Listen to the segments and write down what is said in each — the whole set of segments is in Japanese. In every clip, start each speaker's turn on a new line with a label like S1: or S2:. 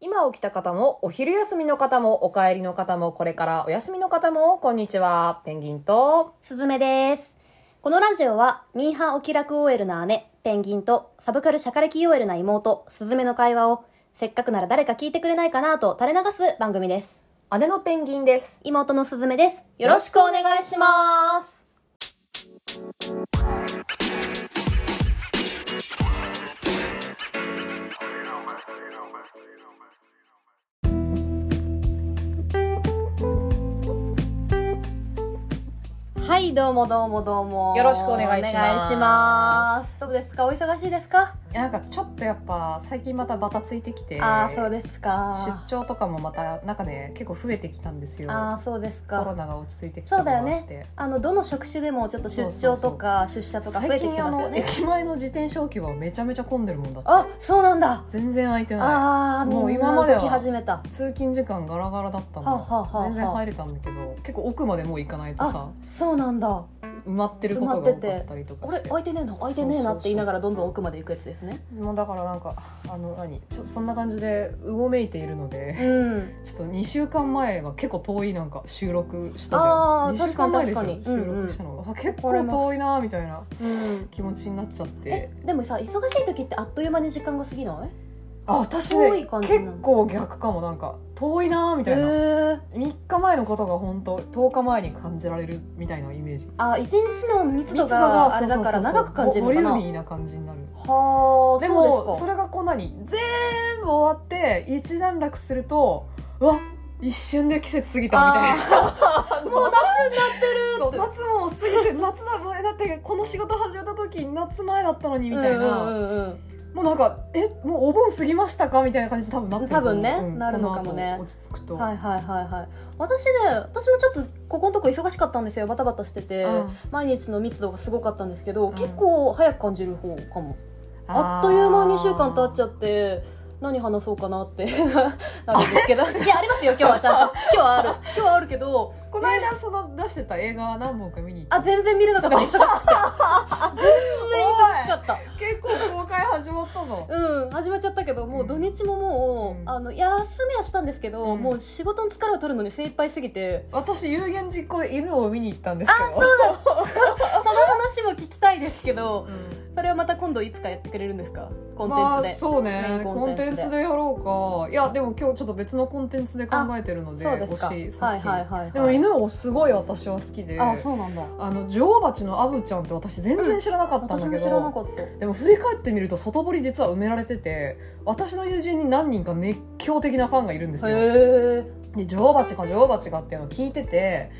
S1: 今起きた方も、お昼休みの方も、お帰りの方も、これからお休みの方も、こんにちは。ペンギンと、
S2: すずめです。このラジオは、ミーハーお気楽 OL な姉、ペンギンと、サブカルシャカレキ OL な妹、すずめの会話を、せっかくなら誰か聞いてくれないかなと垂れ流す番組です。
S1: 姉のペンギンです。
S2: 妹のすずめです。
S1: よろしくお願いします。
S2: はい、どうもどうもどうも。
S1: よろしくお願いします
S2: お願いしますどうですかお忙しいですか
S1: なんかちょっとやっぱ、最近またバタついてきて、
S2: ああ、そうですか。
S1: 出張とかもまた、なんかね、結構増えてきたんですよ。
S2: ああ、そうです
S1: コロ
S2: か。
S1: ナが落ち着いてきた
S2: そう
S1: のも
S2: だ
S1: あ
S2: よ
S1: って。
S2: ね。あの、どの職種でもちょっと出張とか出社とか増え
S1: 最
S2: てきて
S1: 近あ
S2: ますよ
S1: の、
S2: ね。
S1: 駅前の自転車置き場めちゃめちゃ混んでるもんだって。
S2: あ、そうなんだ。
S1: 全然空いてな
S2: ああ、
S1: もう
S2: みん
S1: 今まで
S2: な
S1: は
S2: 動き始めた。
S1: い。通勤時間ガラガラだったんだ。
S2: はあはあはあはあ
S1: 全然入れたんだけど、結構奥までもう行かないとさ、
S2: そうなんだ。
S1: 埋まってることが多かったりとか
S2: 俺
S1: して。
S2: 開いてねえの開いてねえなって言いながらどんどん奥まで行くやつですね。
S1: もうだからなんかあの何ちょそんな感じでうごめいているので
S2: うん。
S1: ちょっと2週間前が結構遠いなんか収録したじゃ
S2: あ
S1: ん
S2: ー
S1: 2週間前でしょ
S2: 確かに確かに
S1: 収録したの、あ結構遠いなみたいな
S2: うん。
S1: 気持ちになっちゃって
S2: え、でもさ忙しい時ってあっという間に時間が過ぎない？
S1: あ私
S2: 遠
S1: ね
S2: い感じなの
S1: 結構逆かもなんか遠いなみたいな、
S2: え。
S1: 3日前のことが本当10日前に感じられるみたいなイメージ
S2: あ一日の密
S1: 密
S2: 度
S1: 度が
S2: があれだから
S1: そうそうそう
S2: 長く感じるのかな。
S1: ボボリュー
S2: は
S1: ミーな感じになる
S2: あ。
S1: で
S2: そう
S1: も
S2: す
S1: そ
S2: か
S1: れがこう何全部終わって一段落するとうわ一瞬で季節過ぎたみたいな
S2: あーもうだ
S1: そう夏も過ぎて夏だもうだってこの仕事始めた時夏前だったのにみたいな、
S2: うんうんうん
S1: もうなんかえもうお盆過ぎましたかみたいな感じで多分なってると思う
S2: 多分ね
S1: うん
S2: なるのかもね
S1: この後落ち着く
S2: う
S1: と、
S2: ん。はいはいはいはい。私ね私もちょっとここのとこ忙しかったんですよバタバタしてて、
S1: うん
S2: 毎日の密度がすごかったんですけど、
S1: うん
S2: 結構早く感じる方かも。あっという間に2週間経っちゃって何話そうかなって なるんですけど いやありますよ今日はち ゃんと今日はある今日はあるけど
S1: この間その出してた映画は何本か見に行った
S2: あ 全然見れなかった忙しくて全然忙しかった
S1: 結構公開始まったぞ
S2: うん始めちゃったけどもう土日ももう、
S1: うん
S2: あの休めはしたんですけど、
S1: うん
S2: もう仕事の疲れを取るのに精一杯すぎて
S1: 私有言実行で犬を見に行ったんですけど
S2: その話も聞きたいですけど
S1: うん
S2: それはまた今度いつかやってくれるんですかコンテ
S1: まあ
S2: ンツで、
S1: そう
S2: メイ
S1: ね
S2: ン
S1: コ
S2: コ
S1: ン
S2: ン
S1: テ
S2: テ
S1: ン
S2: ンツで
S1: ツでやろうかいやでも今日ちょっと別のコンテンツで考えてるので
S2: そうですか
S1: 推し作
S2: はい
S1: 品
S2: はいはい、はい、
S1: でも犬をすごい私は好きで
S2: あ
S1: あ
S2: そうなんだ
S1: の女王蜂のアブちゃんって私全然知らなかったん
S2: 私
S1: だ
S2: も
S1: け
S2: 知らな
S1: ど、
S2: かった
S1: でも振り返ってみると外堀実は埋められてて私の友人に何人か熱狂的なファンがいるんです
S2: へ
S1: よ
S2: え
S1: で女王蜂か女王蜂かっていうのを聞いてて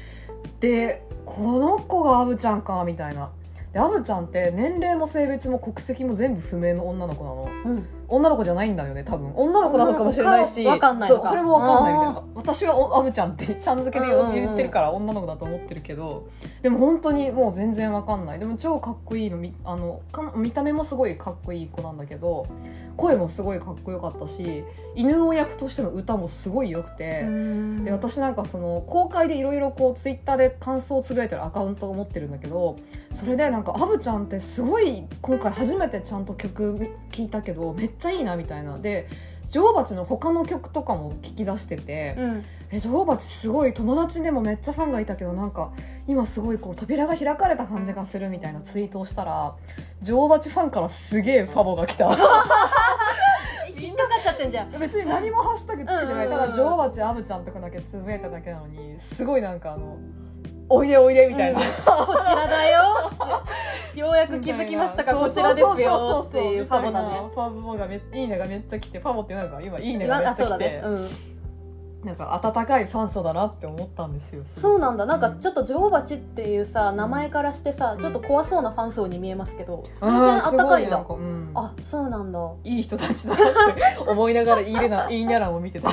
S1: でこの子がアブちゃんかみたいなでアブちゃんって年齢も性別も国籍も全部不明の女の子なの
S2: うん
S1: 女の子じゃないんだよね多分女の子なのかもしれないし
S2: 女の子かわかんないの
S1: そう
S2: か
S1: それも分かんないみたいな私はおアブちゃんってちゃん付けで
S2: うんうんうん
S1: 言ってるから女の子だと思ってるけどでも本当にもう全然分かんないでも超かっこいいのみあのか見た目もすごいかっこいい子なんだけど声もすごいかっこよかったし犬を役としての歌もすごい良くて。で私なんかその公開でいろいろこうツイッターで感想をつぶやいてるアカウントを持ってるんだけどそれでなんか「アブちゃんってすごい今回初めてちゃんと曲聴いたけどめっちゃいいな」みたいなで女王蜂の他の曲とかも聞き出してて
S2: うん、
S1: 「え女王蜂すごい友達でもめっちゃファンがいたけどなんか今すごいこう扉が開かれた感じがする」みたいなツイートをしたら女王蜂ファンからすげえファボが来た。
S2: 引っかかっちゃってんじゃん。
S1: 別に何もハッシュタグつけてない、
S2: うんうんうん
S1: ただ女王蜂アブちゃんとかだけつぶやいただけなのにすごいなんかあの「おいでおいで」みたいな、
S2: うんこちらだよ。ようやく気づきましたか、こちらですよ。っていうファボだね。
S1: ファボがめいいねがめっちゃ来てファボってなんか今いいねがめっ
S2: あ、
S1: ちゃ
S2: そう
S1: 来
S2: だ
S1: て、
S2: ね。うん。
S1: なんか温かいファン層だなって思ったんですよすごい
S2: そうなんだ。なんかちょっと女王蜂っていうさ、名前からしてさ、ちょっと怖そうなファン層に見えますけど、全然あ
S1: う
S2: っ
S1: んす
S2: た
S1: ご
S2: か
S1: い
S2: いん
S1: なん
S2: だ
S1: か、。うん、
S2: あ、そうなんだ。
S1: いい人たちだなって思いながらいいねないいね欄を見 てた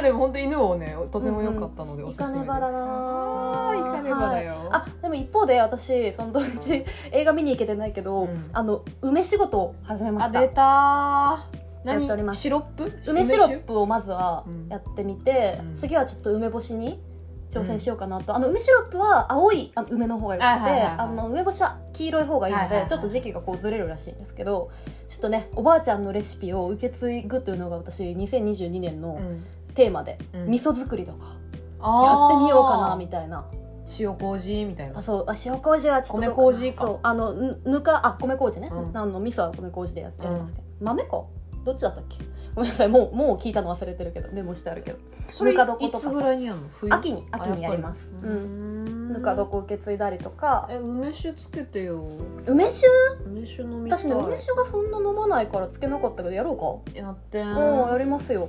S1: でも本当犬をねとても良かったのでお
S2: 行
S1: すすめ
S2: か
S1: です、
S2: ねばだな
S1: あー
S2: ぁ
S1: いかねばだよ、
S2: はいあでも一方で私その土日 映画見に行けてないけど、
S1: うん
S2: あの梅仕事を始めま
S1: あ
S2: した
S1: 出た
S2: やっております
S1: シロップ
S2: 梅シロップをまずはやってみて、
S1: うん
S2: 次はちょっと梅干しに挑戦しようかなと、あの梅シロップは青いあの梅の方が良くて、
S1: はいはいはいはい
S2: あの梅干しは黄色い方がいいので、
S1: はいはいはい
S2: ちょっと時期がこうずれるらしいんですけどちょっとねおばあちゃんのレシピを受け継ぐというのが私2022
S1: う
S2: 年の
S1: ん
S2: テーマで、
S1: うん
S2: 味噌作りとかや
S1: あー
S2: ってみようかなみたいな
S1: 塩麹みたい
S2: あ
S1: な
S2: そうあ塩麹はちょっと
S1: 米麹か
S2: そうあのぬぬかあ米麹ね、
S1: うん
S2: あの味噌は米麹でやってるんですけど、豆かどっちだったっけごめんなさいもうもう聞いたの忘れてるけどメモしてあるけど
S1: それ
S2: ぬか床
S1: い
S2: とか
S1: つぐらいにやるの冬
S2: 秋に秋にやります
S1: あやっぱり
S2: うん
S1: うん
S2: ぬか床を受け継いだりとか
S1: え梅酒つけてよ
S2: 梅酒
S1: 梅酒飲みたい
S2: 私ね梅酒がそんな飲まないからつけなかったけどやろう
S1: やって
S2: かうんやりますよ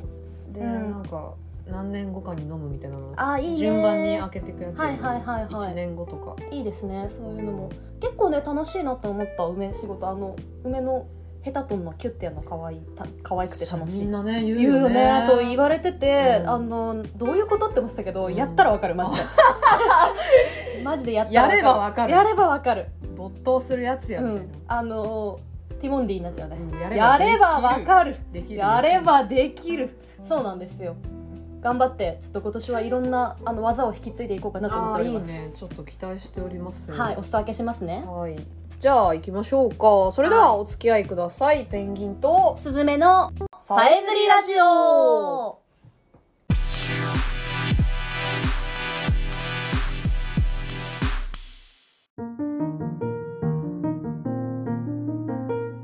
S1: で、
S2: うん
S1: なんか何年後かに飲むみたいなの
S2: あーいいね
S1: 順番に開けていくやつ
S2: はいはいはいはい
S1: 1年後とか
S2: いいですねそういうのも結構ね楽しいなと思った梅仕事あの梅のヘタトンのキュッてやるの可愛いた可愛くて楽し
S1: み
S2: い
S1: んなね言う
S2: 言うよ
S1: よね
S2: ねそう言われてて、
S1: うん
S2: あのどういうことって思ってたけど、
S1: うん
S2: やったらわかるマジ でマジでやった
S1: や
S2: ら
S1: ればわかる
S2: やればわかる、
S1: 没頭するやつや
S2: う
S1: みたい
S2: ん、あのティモンディになっちゃうね、
S1: な、うんや
S2: やればわ
S1: る
S2: かる
S1: できる
S2: やればできるそうなんですよ頑張ってちょっと今年はいろんなあの技を引き継いでいこうかなと思っ
S1: あ
S2: て
S1: ー
S2: お
S1: い
S2: り
S1: い
S2: ます
S1: ねちょっと期待しております
S2: はいお裾分けしますね
S1: はいじゃあ行きましょうかそれではお付き合いくださいペンギンと
S2: すずめのさえずりラジオ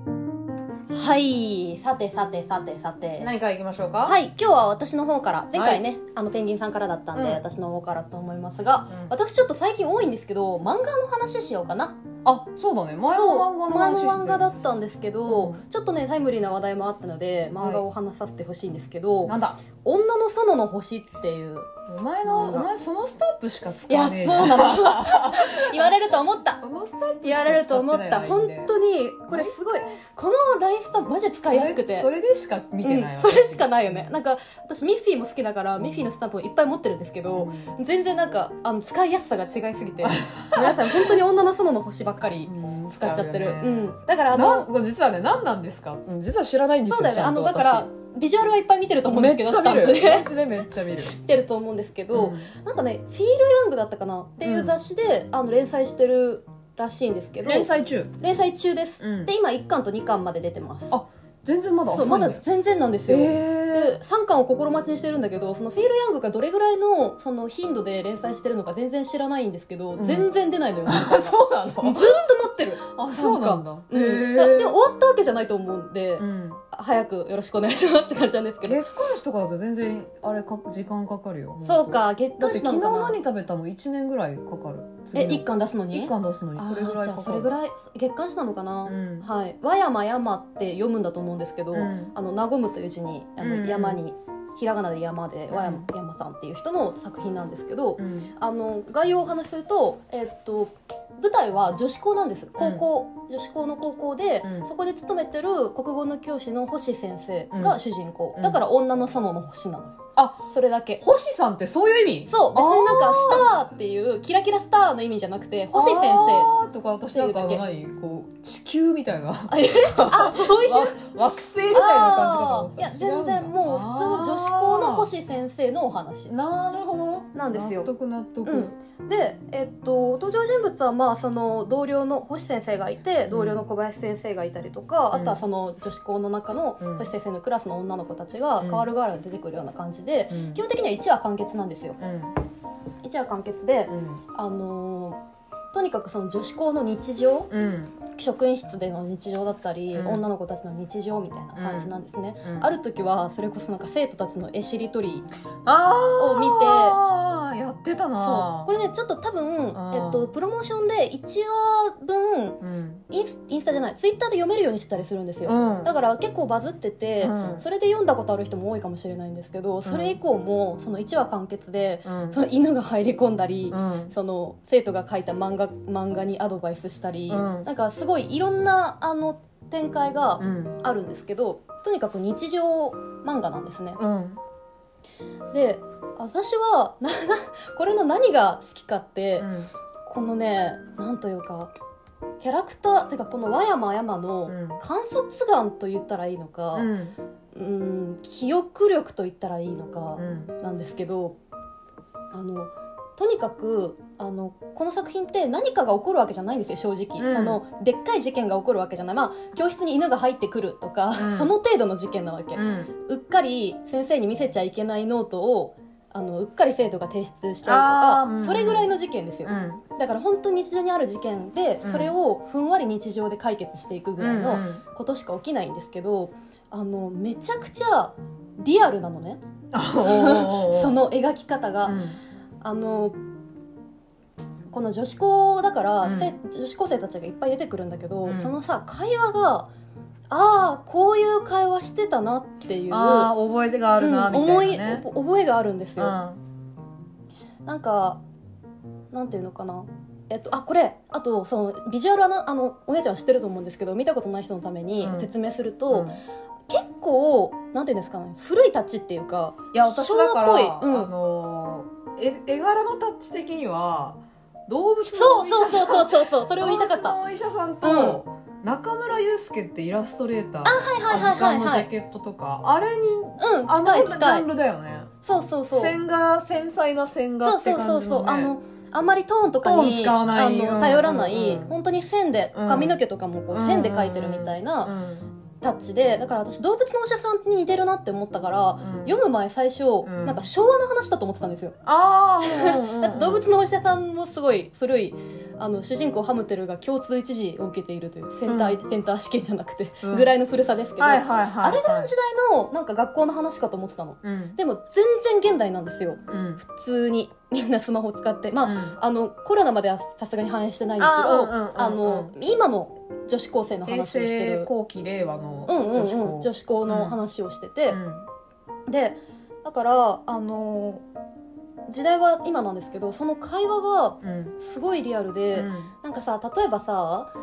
S2: はいさてさてさてさて
S1: 何から行きましょうか、
S2: はいい、今日は私の方から、前回ね、あのペンギンさんからだったんで、
S1: うん
S2: 私の方からと思いますが、
S1: うん
S2: 私ちょっと最近多いんですけど、漫画の話しようかな。
S1: あそうだね前の漫画の話して
S2: そう前の漫画だったんですけど、
S1: うん
S2: ちょっとね、タイムリーな話題もあったので、漫画を話させてほしいんですけど、
S1: なんだ
S2: 女の園の星っていう。
S1: お前の
S2: 漫画
S1: お前そのスタンプしか使
S2: いや、
S1: わ
S2: そ
S1: ねえ
S2: う
S1: じゃん
S2: なの。言われると思っ た。
S1: そのスタンプし
S2: 言
S1: か
S2: わ
S1: 使
S2: れる
S1: って
S2: と思っ
S1: ない
S2: た。
S1: ライ
S2: 本
S1: ンで
S2: 当に、これすごい、このラインスタンプマジで使いやすくて。
S1: それそれでしか見てない
S2: うん
S1: わ
S2: それしかないよねなんか私ミッフィーも好きだからミッフィーのスタンプをいっぱい持ってるんですけど、全然なんかあの使いやすさが違いすぎて皆さん本当に女の園の星ばっか
S1: う
S2: り
S1: ん
S2: 使っち ゃってる、
S1: 使うよね
S2: うん、だからあ
S1: な
S2: の
S1: ん実はね何なんですかうん実は知らないんですよ
S2: そうだよ
S1: ち
S2: ね
S1: ゃ
S2: あ
S1: んと
S2: の
S1: 私
S2: だからビジュアルはいっぱい見てると思うん
S1: め
S2: です
S1: っ
S2: けど
S1: ちゃ見る
S2: スタンプで
S1: 私でめっちゃ見る
S2: 見てると思うんですけ
S1: う
S2: ど、
S1: ん
S2: なんかね「フィール・ヤング」だったかなっていう雑誌で、あの連載してるらしいんですけど
S1: 連載中
S2: 連載中です、
S1: うん
S2: で今1巻と2巻まで出てます
S1: あ全然まだ
S2: そう
S1: 浅
S2: ま
S1: いね
S2: だ全然なんですよ、
S1: え
S2: 3巻を心待ちにしてるんだけどそのフィール・ヤングがどれぐらいのその頻度で連載してるのか全然知らないんですけど、
S1: うん
S2: 全然出ないの よずっ
S1: ーそうな
S2: と待
S1: の
S2: ってる、
S1: あそうなんだ
S2: うんい
S1: へ
S2: や
S1: ー
S2: でも終わったわけじゃないと思うんで、
S1: うん
S2: 早くよろしくお願いしますって感じなんですけど
S1: 月刊誌とかだと全然あれか時間かかるよ
S2: そうか月
S1: だっ
S2: 刊
S1: て
S2: 誌な
S1: 昨日
S2: のかな
S1: 何食べたの一年ぐらいかかる
S2: え1巻出すのに
S1: 一巻出すのに
S2: あ
S1: それぐ
S2: ー
S1: らい
S2: じ
S1: か
S2: ゃあ
S1: かる
S2: それぐらい月刊誌なのかな、
S1: うん
S2: はい「和山山」って読むんだと思うんですけど、
S1: うん
S2: あの「和む」という字にあの、
S1: うんうん
S2: 山にひらがなで山で和
S1: う
S2: 山
S1: ん
S2: 山さんっていう人の作品なんですけど、
S1: うん
S2: あの概要をお話しすると、えっと舞台は女子校なんです高校、女子校の高校で、
S1: うん
S2: そこで勤めてる国語の教師の星先生が主人公、
S1: うん
S2: だから女の園の星なのよ
S1: あ
S2: それだけ
S1: 星さんってそういう意味
S2: そう別になん
S1: あ
S2: か
S1: ー
S2: スターっていうキラキラスターの意味じゃなくて星先生
S1: あーとか私なんかあのないこう地球みたいなわ
S2: あいやあそういう
S1: 惑星みたいな感じかと思っ
S2: あー
S1: て
S2: い
S1: た
S2: や全然もう普通の女子校の星先生のお話
S1: あーなるほど
S2: なんですよ
S1: 納得納得、
S2: うん、で、えっと、登場人物はまあその同僚の星先生がいて同僚の小林先生がいたりとか、
S1: うん
S2: あとはその女子校の中の
S1: うん
S2: 星先生のクラスの女の子たちが
S1: うん
S2: 代わる代わる出てくるような感じで、
S1: うん
S2: 基本的には1話完結なんですよ
S1: うん
S2: 1話完結で、あのーとにかくその女子校の日常
S1: うん
S2: 職員室での日常だったり、
S1: うん
S2: 女の子たちの日常みたいな感じなんですね、
S1: うん
S2: ある時はそれこそなんか生徒たちの絵しりとり
S1: あを見てやってた
S2: そ
S1: な
S2: うこれねちょっと多分、えっ
S1: あー
S2: と、プロモーションで1話分
S1: うん
S2: インスインスタじゃないツイッターで読めるようにしてたりするんですよ、
S1: うん
S2: だから結構バズってて、
S1: うん
S2: それで読んだことある人も多いかもしれないんですけどそれ以降もその1話完結で、
S1: うん
S2: その犬が入り込んだり、
S1: うん
S2: その生徒が書いた漫画漫画にアドバイスしたり、
S1: うん
S2: なんかすごいいろんなあの展開が
S1: うん
S2: あるんですけど、とにかく日常漫画なんですね。
S1: うん
S2: で私はななこれの何が好きかって、
S1: うん
S2: このねなんというかキャラクターてかこの和山山の
S1: うん
S2: 観察眼と言ったらいいのか、
S1: う
S2: うんん記憶力と言ったらいいのか
S1: うん
S2: なんですけど、あのとにかくあのこの作品って何かが起こるわけじゃないんですよ正直、
S1: うん
S2: そのでっかい事件が起こるわけじゃないまあ教室に犬が入ってくるとか、
S1: うん
S2: その程度の事件なわけ、
S1: うん
S2: うっかり先生に見せちゃいけないノートをあのうっかり生徒が提出しち
S1: あ
S2: ゃうと
S1: ーう
S2: か、
S1: ん
S2: それぐらいの事件ですよ、
S1: うん
S2: だから本当に日常にある事件で
S1: うん
S2: それをふんわり日常で解決していくぐらいの
S1: ん
S2: ことしか起きないんですけどあのめちゃくちゃリアルなのねそ
S1: そ、
S2: の描き方が。
S1: うん
S2: あのこの女子校だから、
S1: うん
S2: せ女子高生たちがいっぱい出てくるんだけど、
S1: うん
S2: そのさ会話がああこういう会話してたなっていう
S1: ああ覚えてがあるな、
S2: うん
S1: み
S2: 思
S1: た
S2: い
S1: いなね
S2: おぼ覚えがあるんです
S1: う
S2: よ、
S1: ん
S2: なんかなんていうのかなえっと、あこれあとそのビジュアルはなあのお姉ちゃんは知ってると思うんですけど見たことない人のために
S1: うん
S2: 説明すると、
S1: うん
S2: 結構なんていうんですかね古いタッチっていうか
S1: いや私
S2: 昭
S1: だから、
S2: 和っぽい、うん
S1: あのーえ絵柄のタッチ的には動物の
S2: そう
S1: お医
S2: そ
S1: 者
S2: う
S1: さん
S2: そうそうそうそれを言いたかっ
S1: 動
S2: た
S1: 物のお医者さんと、中村祐介ってイラストレーター「
S2: はいはい
S1: 時
S2: は
S1: 間
S2: い
S1: のジ
S2: はい
S1: ャケット」とかあれに
S2: うん
S1: あ
S2: 近
S1: の
S2: い
S1: ジ
S2: 近
S1: ャ
S2: い
S1: ンルだよね
S2: そうそうそう
S1: 線画繊細な線画
S2: そう
S1: って
S2: そう
S1: 感じ
S2: そ
S1: の、
S2: う
S1: ね、
S2: そうあのあんまりトーンとか
S1: トー
S2: に
S1: ン使わない
S2: あ
S1: う
S2: の
S1: ん
S2: 頼らない、
S1: うん
S2: 本当に線で
S1: うん
S2: 髪の毛とかもこう
S1: うん
S2: 線で描いてるみたいな
S1: うん
S2: タッチでだから私動物のお医者さんに似てるなって思ったから、
S1: うん
S2: 読む前最初、
S1: ん
S2: なんか昭和の話だと思ってたんですよ、
S1: ああ、うんうんうん
S2: だって動物のお医者さんもすごい古いあの主人公ハムテルが共通一次を受けているというセンター、センター試験じゃなくて、
S1: うん
S2: ぐらいの古さですけど、
S1: はいはいはいはい
S2: あれぐらいの時代のなんか学校の話かと思ってたの
S1: うん
S2: でも全然現代なんですよ
S1: うん
S2: 普通にみんなスマホ使ってまあ、
S1: うん
S2: あのコロナまではさすがに反映してないんですけ
S1: あ
S2: ど
S1: うんうんうんうん
S2: あの今の女子高生の
S1: 平
S2: 話をして
S1: 成
S2: る
S1: 後期令和の
S2: うんうん
S1: 女子高
S2: うん女子校の話をしてて、でだからあの時代は今なんですけどその会話が
S1: うんうん
S2: すごいリアルで、
S1: うん
S2: なんかさ例えばさ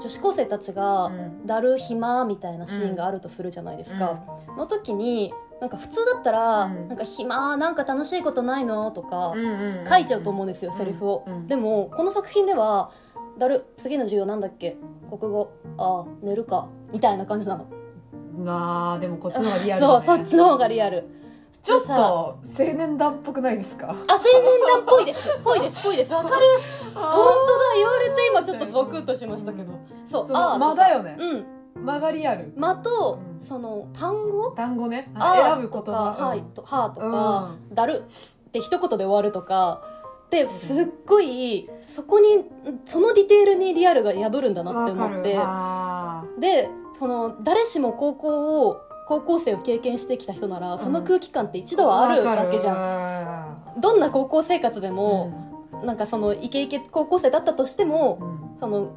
S2: 女子高生たち
S1: う
S2: が
S1: ん
S2: だる暇みたいなシーンがあるとするじゃないですか、の時になんか普通だったら、
S1: うん
S2: なんか暇なんか楽しいことないのとか、
S1: うんうんうん
S2: 書いちゃうと思うんですよ、
S1: うん
S2: セリフを、
S1: うん
S2: でもこの作品では「だる次の授業なんだっけ国語ああ寝るか」みたいな感じなの、
S1: なあでもこっちの方がリアルだ
S2: そ
S1: ね、
S2: うそっちの方がリアル
S1: ちょっと青年団っぽくないですか
S2: あ青年団っぽいですぽいですぽいですわかる本
S1: あ
S2: 当だ言われて今ちょっとゾクッとしましたけどそう
S1: そ
S2: あ
S1: の間
S2: あ
S1: だよね
S2: うん
S1: 間がリアル
S2: 間と、
S1: うん
S2: その単語
S1: 単語ね
S2: あ
S1: 選ぶ言
S2: とか
S1: 葉
S2: はい
S1: うん
S2: とはとか、だるって一言で終わるとかですっごいそこにそのディテールにリアルが宿るんだなって
S1: わか
S2: 思
S1: る
S2: って
S1: あ
S2: でその誰しも高校を高校生を経験してきた人ならその空気感って一度はあるわけじゃん、
S1: ゃ
S2: どんな高校生活でも、なんかそのイケイケ高校生だったとしても、その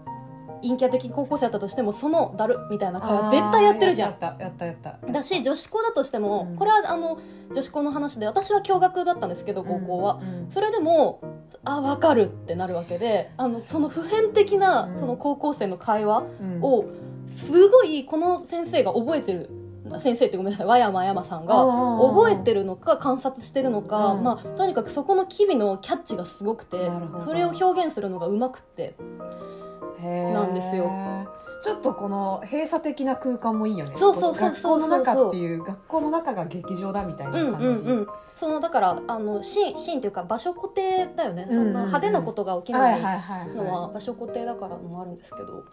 S2: 陰キャ的高校生だったとしてもそのだるみたいな会話絶対やってるじゃ
S1: や
S2: ん
S1: ったやったやった
S2: だし女子校だとしても、
S1: うん
S2: これはあの女子校の話で私は共学だったんですけど高校は、
S1: うん
S2: それでもあ分かるってなるわけであのその普遍的な、
S1: うん
S2: その高校生の会話、
S1: うん
S2: をすごいこの先生が覚えてる先生ってごめんなさい和山山さんが覚えてるのか観察してるのか、
S1: うん
S2: まあ、とにかくそこの機微のキャッチがすごくて
S1: なるほど
S2: それを表現するのがうまくって
S1: な
S2: なんですよ
S1: ちょっとこの閉鎖的な空間もいいよね
S2: そうそうそうそうそう
S1: この学校の中っていう学校の中が劇場だみたいな
S2: う
S1: 感
S2: ん
S1: じ、
S2: うんうんそのだからあのシーンシーンというか場所固定だよね、
S1: うんうんうん
S2: そんな派手なことが起き
S1: はい
S2: な
S1: はいいはいはい
S2: のは場所固定だからのもあるんですけど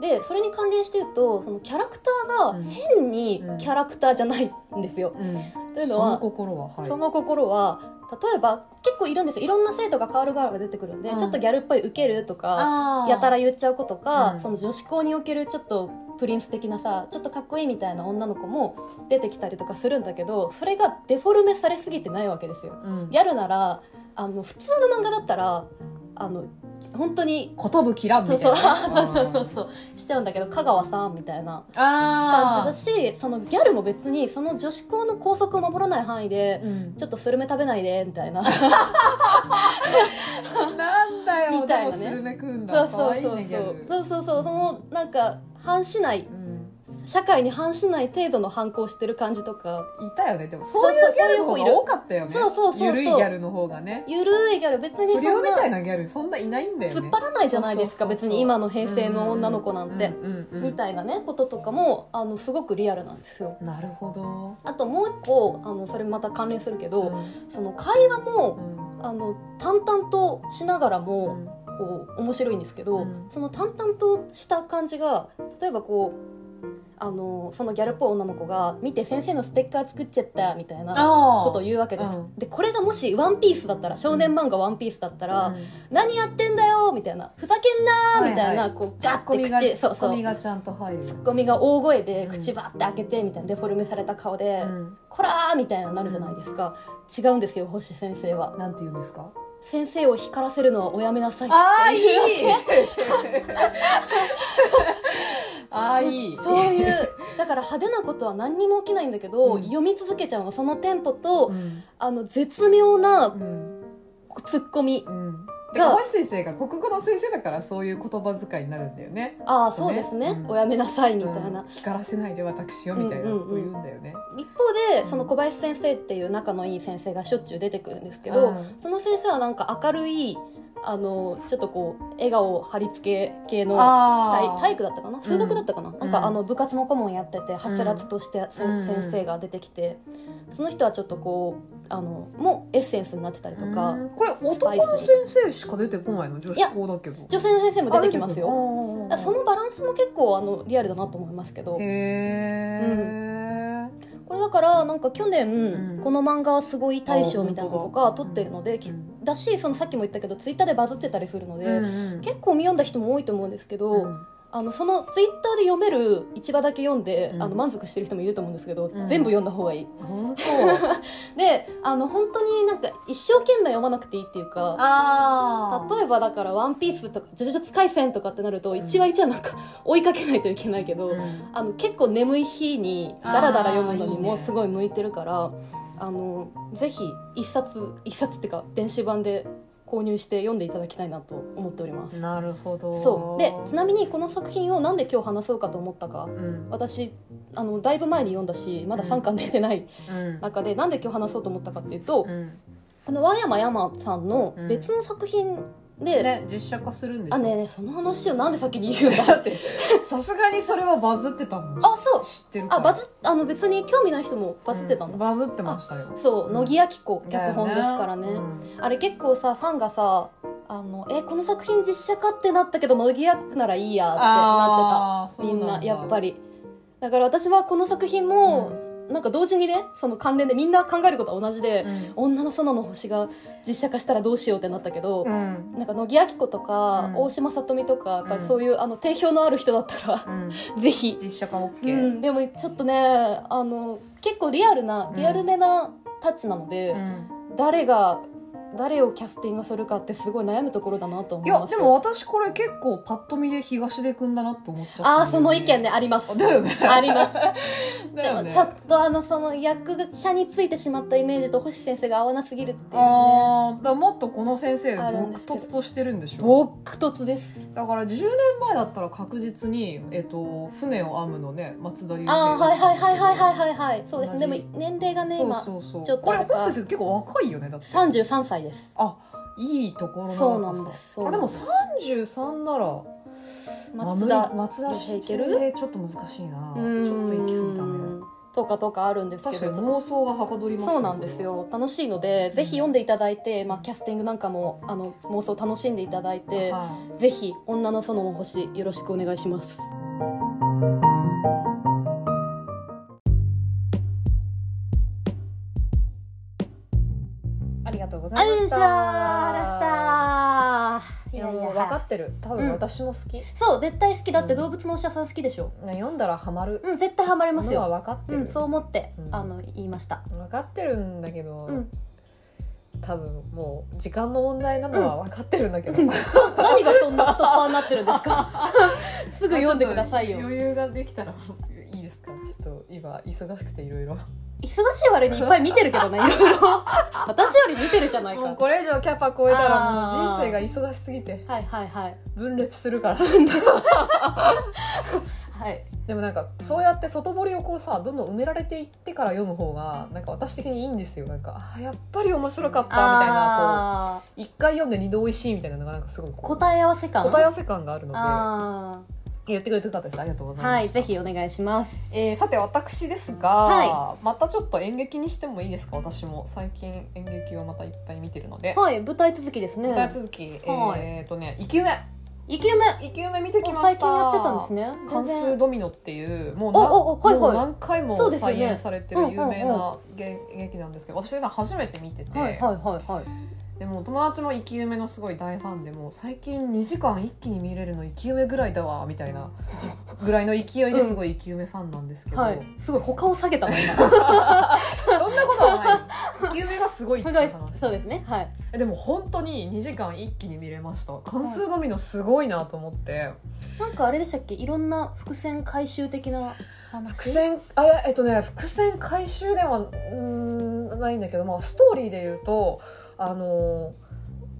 S2: でそれに関連して言うとそのキャラクターが変にキャラクターじゃないんですよ。
S1: うん
S2: というの
S1: そ
S2: は
S1: の心ははい
S2: その心は例えば結構いるんですよいろんな生徒がカールガールが出てくるんで、
S1: うん
S2: ちょっとギャルっぽいウケるとか
S1: あー
S2: やたら言っちゃう子とか、
S1: うん
S2: その女子校におけるちょっとプリンス的なさちょっとかっこいいみたいな女の子も出てきたりとかするんだけどそれがデフォルメされすぎてないわけですよ。
S1: うん
S2: ギャルならあの普通の漫画だったらあの本当に
S1: 寿ラブ
S2: そ
S1: み
S2: う
S1: たい
S2: そう
S1: な
S2: そうそうそうしちゃうんだけど香川さんみたいな感じ
S1: あ
S2: だしそのギャルも別にその女子校の校則を守らない範囲で
S1: ーうん
S2: ちょっとスルメ食べないでみたいな
S1: なんだよ
S2: みたいなね
S1: でもスルメ組ん
S2: そう
S1: だ可
S2: そう
S1: 愛い
S2: そう
S1: ねギ
S2: そ
S1: ャ
S2: う
S1: ル
S2: そうそうそうそのなんか反しない
S1: うん
S2: 社会に反しない程度の反抗してる感じとか
S1: いたよねでもそういうギャルの方が多かったよね
S2: そうそうそうそう
S1: ゆるいギャルの方がね
S2: ゆるいギャル別に
S1: 不良
S2: そん
S1: みたい
S2: な
S1: なギャルそんないないんだよね
S2: 突っ張らないじゃないです
S1: そ
S2: か
S1: うそうそう
S2: 別に今の平成の女の子なんて
S1: うんうんうんうん
S2: みたいなねこととかもあのすごくリアルなんですよ
S1: なるほど
S2: あともう一個あのそれまた関連するけど
S1: うん
S2: その会話も
S1: うん
S2: あの淡々としながらも、
S1: うん
S2: こう面白いんですけど、
S1: うん
S2: その淡々とした感じが例えばこうあのそのギャルっぽい女の子が見て先生のステッカー作っちゃったみたいな
S1: あ
S2: ことを言うわけです、
S1: うん
S2: でこれがもし「ワンピースだったら少年漫画「ワンピースだったら、
S1: うん
S2: 何やってんだよみたいなふざけんなーみたいな、
S1: はは
S2: こう
S1: ツ
S2: ガ
S1: ッコ
S2: ッて
S1: ミが
S2: 口
S1: ツ
S2: そう
S1: ッ
S2: そ
S1: コ
S2: う
S1: ミ
S2: ツ
S1: がちゃんと入る
S2: ッコミが大声で
S1: うん
S2: 口バーって開けてみたいなデフォルメされた顔で、
S1: うん
S2: こらーみたいななるじゃないですか違うんですよ星先生は
S1: なんて言うんですか
S2: 先生を光らせるのはおやめなさい
S1: ああいい
S2: ってう
S1: ああいい
S2: そういうだから派手なことは何にも起きないんだけど、
S1: うん
S2: 読み続けちゃうのそのテンポと、
S1: うん
S2: あの絶妙な
S1: うん
S2: ツッコミ、
S1: うんでも星先生が国語の先生だからそういう言葉遣いになるんだよね
S2: ああそうですね、
S1: うん
S2: おやめなさいみたいな、
S1: うん光らせないで私よみたいなこと言うんだよね、
S2: 一方で
S1: うん
S2: その小林先生っていう仲のいい先生がしょっちゅう出てくるんですけど、
S1: うん
S2: その先生はなんか明るいあのちょっとこう笑顔貼り付け系の
S1: あ
S2: 体体育だったかな数学だったかな、なんかあの部活の顧問やっててはつらつとして、そ
S1: うん
S2: 先生が出てきてその人はちょっとこうあのもうエッセンスになってたりとか、
S1: うんこれ
S2: スパ
S1: 男
S2: イス
S1: の先生しか出てこないの女子校だけど
S2: 女性の先生も出てきますよ
S1: よ
S2: そのバランスも結構あのリアルだなと思いますけど
S1: へえ、
S2: これだからなんか去年、
S1: うん
S2: この漫画はすごい大賞みたいなのとか
S1: あ本当
S2: 撮
S1: だ
S2: ってるので、
S1: う
S2: き
S1: ん
S2: だしそのさっきも言ったけどツイッターでバズってたりするので、
S1: うん
S2: 結構見読んだ人も多いと思うんですけど、
S1: うん
S2: あのそのツイッターで読める一話だけ読んで、
S1: うん
S2: あの満足してる人もいると思うんですけど、
S1: うん
S2: 全部読んだ方がいい
S1: 本当
S2: であの本当になんか一生懸命読まなくていいっていうか
S1: あ
S2: 例えばだから「ワンピースとか「ジョジョ使い戦」とかってなると一話一話なんか追いかけないといけないけど、
S1: うん
S2: あの結構眠い日にダラダラ読む
S1: あ
S2: のに
S1: ーい
S2: も
S1: いね
S2: すごい向いてるからあのぜひ一冊一冊っていうか電子版で購入して読んでいただきたいなと思っております。
S1: なるほど
S2: そうでち
S1: な
S2: なみにこの作品をなんで今日話そうかと思ったか
S1: うん
S2: 私あのだいぶ前に読んだしまだ3巻出てない
S1: うん
S2: 中で、なんで今日話そうと思ったかっていうと、
S1: うん
S2: この和山山さんの別の作品で、
S1: ね実写化するんでしょ
S2: あねえねえその話をなんで先に言うん だ
S1: だってさすがにそれはバズってたもん
S2: あそう
S1: 知ってるか
S2: あ
S1: ら
S2: バズあの別に興味ない人もバズってたの、
S1: うんバズってましたよ
S2: そう乃木明子脚本ですからね
S1: だようん
S2: あれ結構さファンがさあのえこの作品実写化ってなったけど乃木明子ならいいやってな
S1: あー
S2: って
S1: そ
S2: た
S1: う
S2: みんなやっぱ
S1: り
S2: りだから私はこの作品も、なんか同時にねその関連でみんな考えることは同じで、女の園の星が実写化したらどうしようってなったけど、
S1: うん
S2: なんか乃木明子と
S1: う
S2: か、
S1: ん
S2: 大島さとみとかやっぱりそういう、あの定評のある人だったら、
S1: うん
S2: ぜひ、
S1: 実写化
S2: う
S1: OK
S2: ん、でもちょっとねあの結構リアルな
S1: うん
S2: リアルめなタッチなので、
S1: うん
S2: 誰が誰をキャスティングするかってすごい悩むところだなと思
S1: い
S2: いま
S1: や
S2: す
S1: でも私これ結構パッと見で東出君だなって思っちゃった
S2: ああその意見ねあります
S1: だよね
S2: あ ります
S1: だ
S2: で
S1: よ
S2: も
S1: ね
S2: ちょっとあのその役者についてしまったイメージと星先生が合わなすぎるっていうね
S1: あーだからもっとこの先生が
S2: あるんで
S1: 朴
S2: すけど
S1: 突としてるんでしょ
S2: 僕突です
S1: だから10年前だったら確実に、えっと船を編むのね松田龍平
S2: ああはいはいはいはいはいはいはいそうですねで
S1: 同
S2: も
S1: じ
S2: 年齢がね今
S1: そうそうそう
S2: ちょっと
S1: これ
S2: あれか
S1: 本先生結構若いよねだって
S2: 33歳です
S1: あいいところ
S2: そうなんですそ
S1: あ
S2: うな
S1: で
S2: ん
S1: も
S2: です
S1: 33なら
S2: 松
S1: あ無
S2: 田
S1: 理松田
S2: い
S1: 慎
S2: け
S1: 一
S2: る
S1: 郎でちょっと難しいなち
S2: う
S1: ょっと行き過ぎた
S2: ー
S1: ね
S2: んとかとかあるんですけ
S1: 確か
S2: ど
S1: に妄想がはかどりますね
S2: そうなんですよ楽しいのでぜひ読んでいただいて、まあ、キャスティングなんかもあの妄想楽しんでいただい
S1: これ
S2: て、
S1: はは
S2: ぜひ「女の園の星」よろしくお願いします
S1: いありがとうござ
S2: あ
S1: いま
S2: り
S1: した
S2: がとうございました
S1: いやもう分かってる多分私も好き、
S2: そう絶対好きだって動物のお医者さん好きでしょ
S1: 読んだらハマる
S2: うん絶対ハマります
S1: のは
S2: よ、
S1: 分かって
S2: う
S1: る、
S2: ん、そう思って、
S1: うん
S2: あの言いました
S1: 分かってるんだけど、
S2: うん
S1: 多分もう時間の問題なのは分かってるんだ けど、
S2: 何がそんなストッパーになってるんですか すぐ読んでくださいよ
S1: ちょっと余裕ができたらいいですかちょっと今忙しくていろいろ
S2: 忙しい割にいっぱい見てるけど ねいろいろ私より見てるじゃないか
S1: もうこれ以上キャパ超えたらもう
S2: あー
S1: 人生が忙しすぎて
S2: はいはいはい
S1: 分裂するから
S2: はい
S1: でもなんかそうやって外堀をこうさどんどん埋められていってから読む方がなんか私的にいいんですよなんかあーやっぱり面白かったみたいなこ
S2: あ
S1: う一回読んで二度おいしいみたいなのがなんかすごい
S2: ー答え合わせ感
S1: 答え合わせ感があるので
S2: あ
S1: 言ってくれてよかったですありがとうございます、
S2: はい、ぜひお願いします。
S1: えーさて私ですが、
S2: は
S1: またちょっと演劇にしてもいいですか私も最近演劇をまたいっぱい見てるので、
S2: はい、舞台続きですね。
S1: 舞台続き、
S2: はい
S1: えーっとね「生き埋め」
S2: イケメン。
S1: 生き埋め見てきました
S2: 最近やってたんですね。
S1: 関数ドミノっていうもう
S2: おおおはいはい
S1: もう何回
S2: そう
S1: も
S2: ですよね
S1: 再演されてる有名
S2: うんうん
S1: な演劇なんですけど私今初めて見てて、
S2: はいはいはいはい。
S1: でもう友達も生き埋めのすごい大ファンでもう最近2時間一気に見れるの生き埋めぐらいだわみたいなぐらいの勢いですごい生き埋めファンなんですけど、
S2: はい、すごい他を下げたの 今。
S1: そんなことはない生き埋めがすごいってい
S2: す
S1: う
S2: ごい
S1: 話
S2: そうですね。はい。
S1: でも本当に2時間一気に見れました関数ドミノすごいなと思って。
S2: なんかあれでしたっけ？いろんな伏線回収的な話。
S1: 伏線あいやえっとね伏線回収ではうーんないんだけど、まあ、ストーリーで言うとあの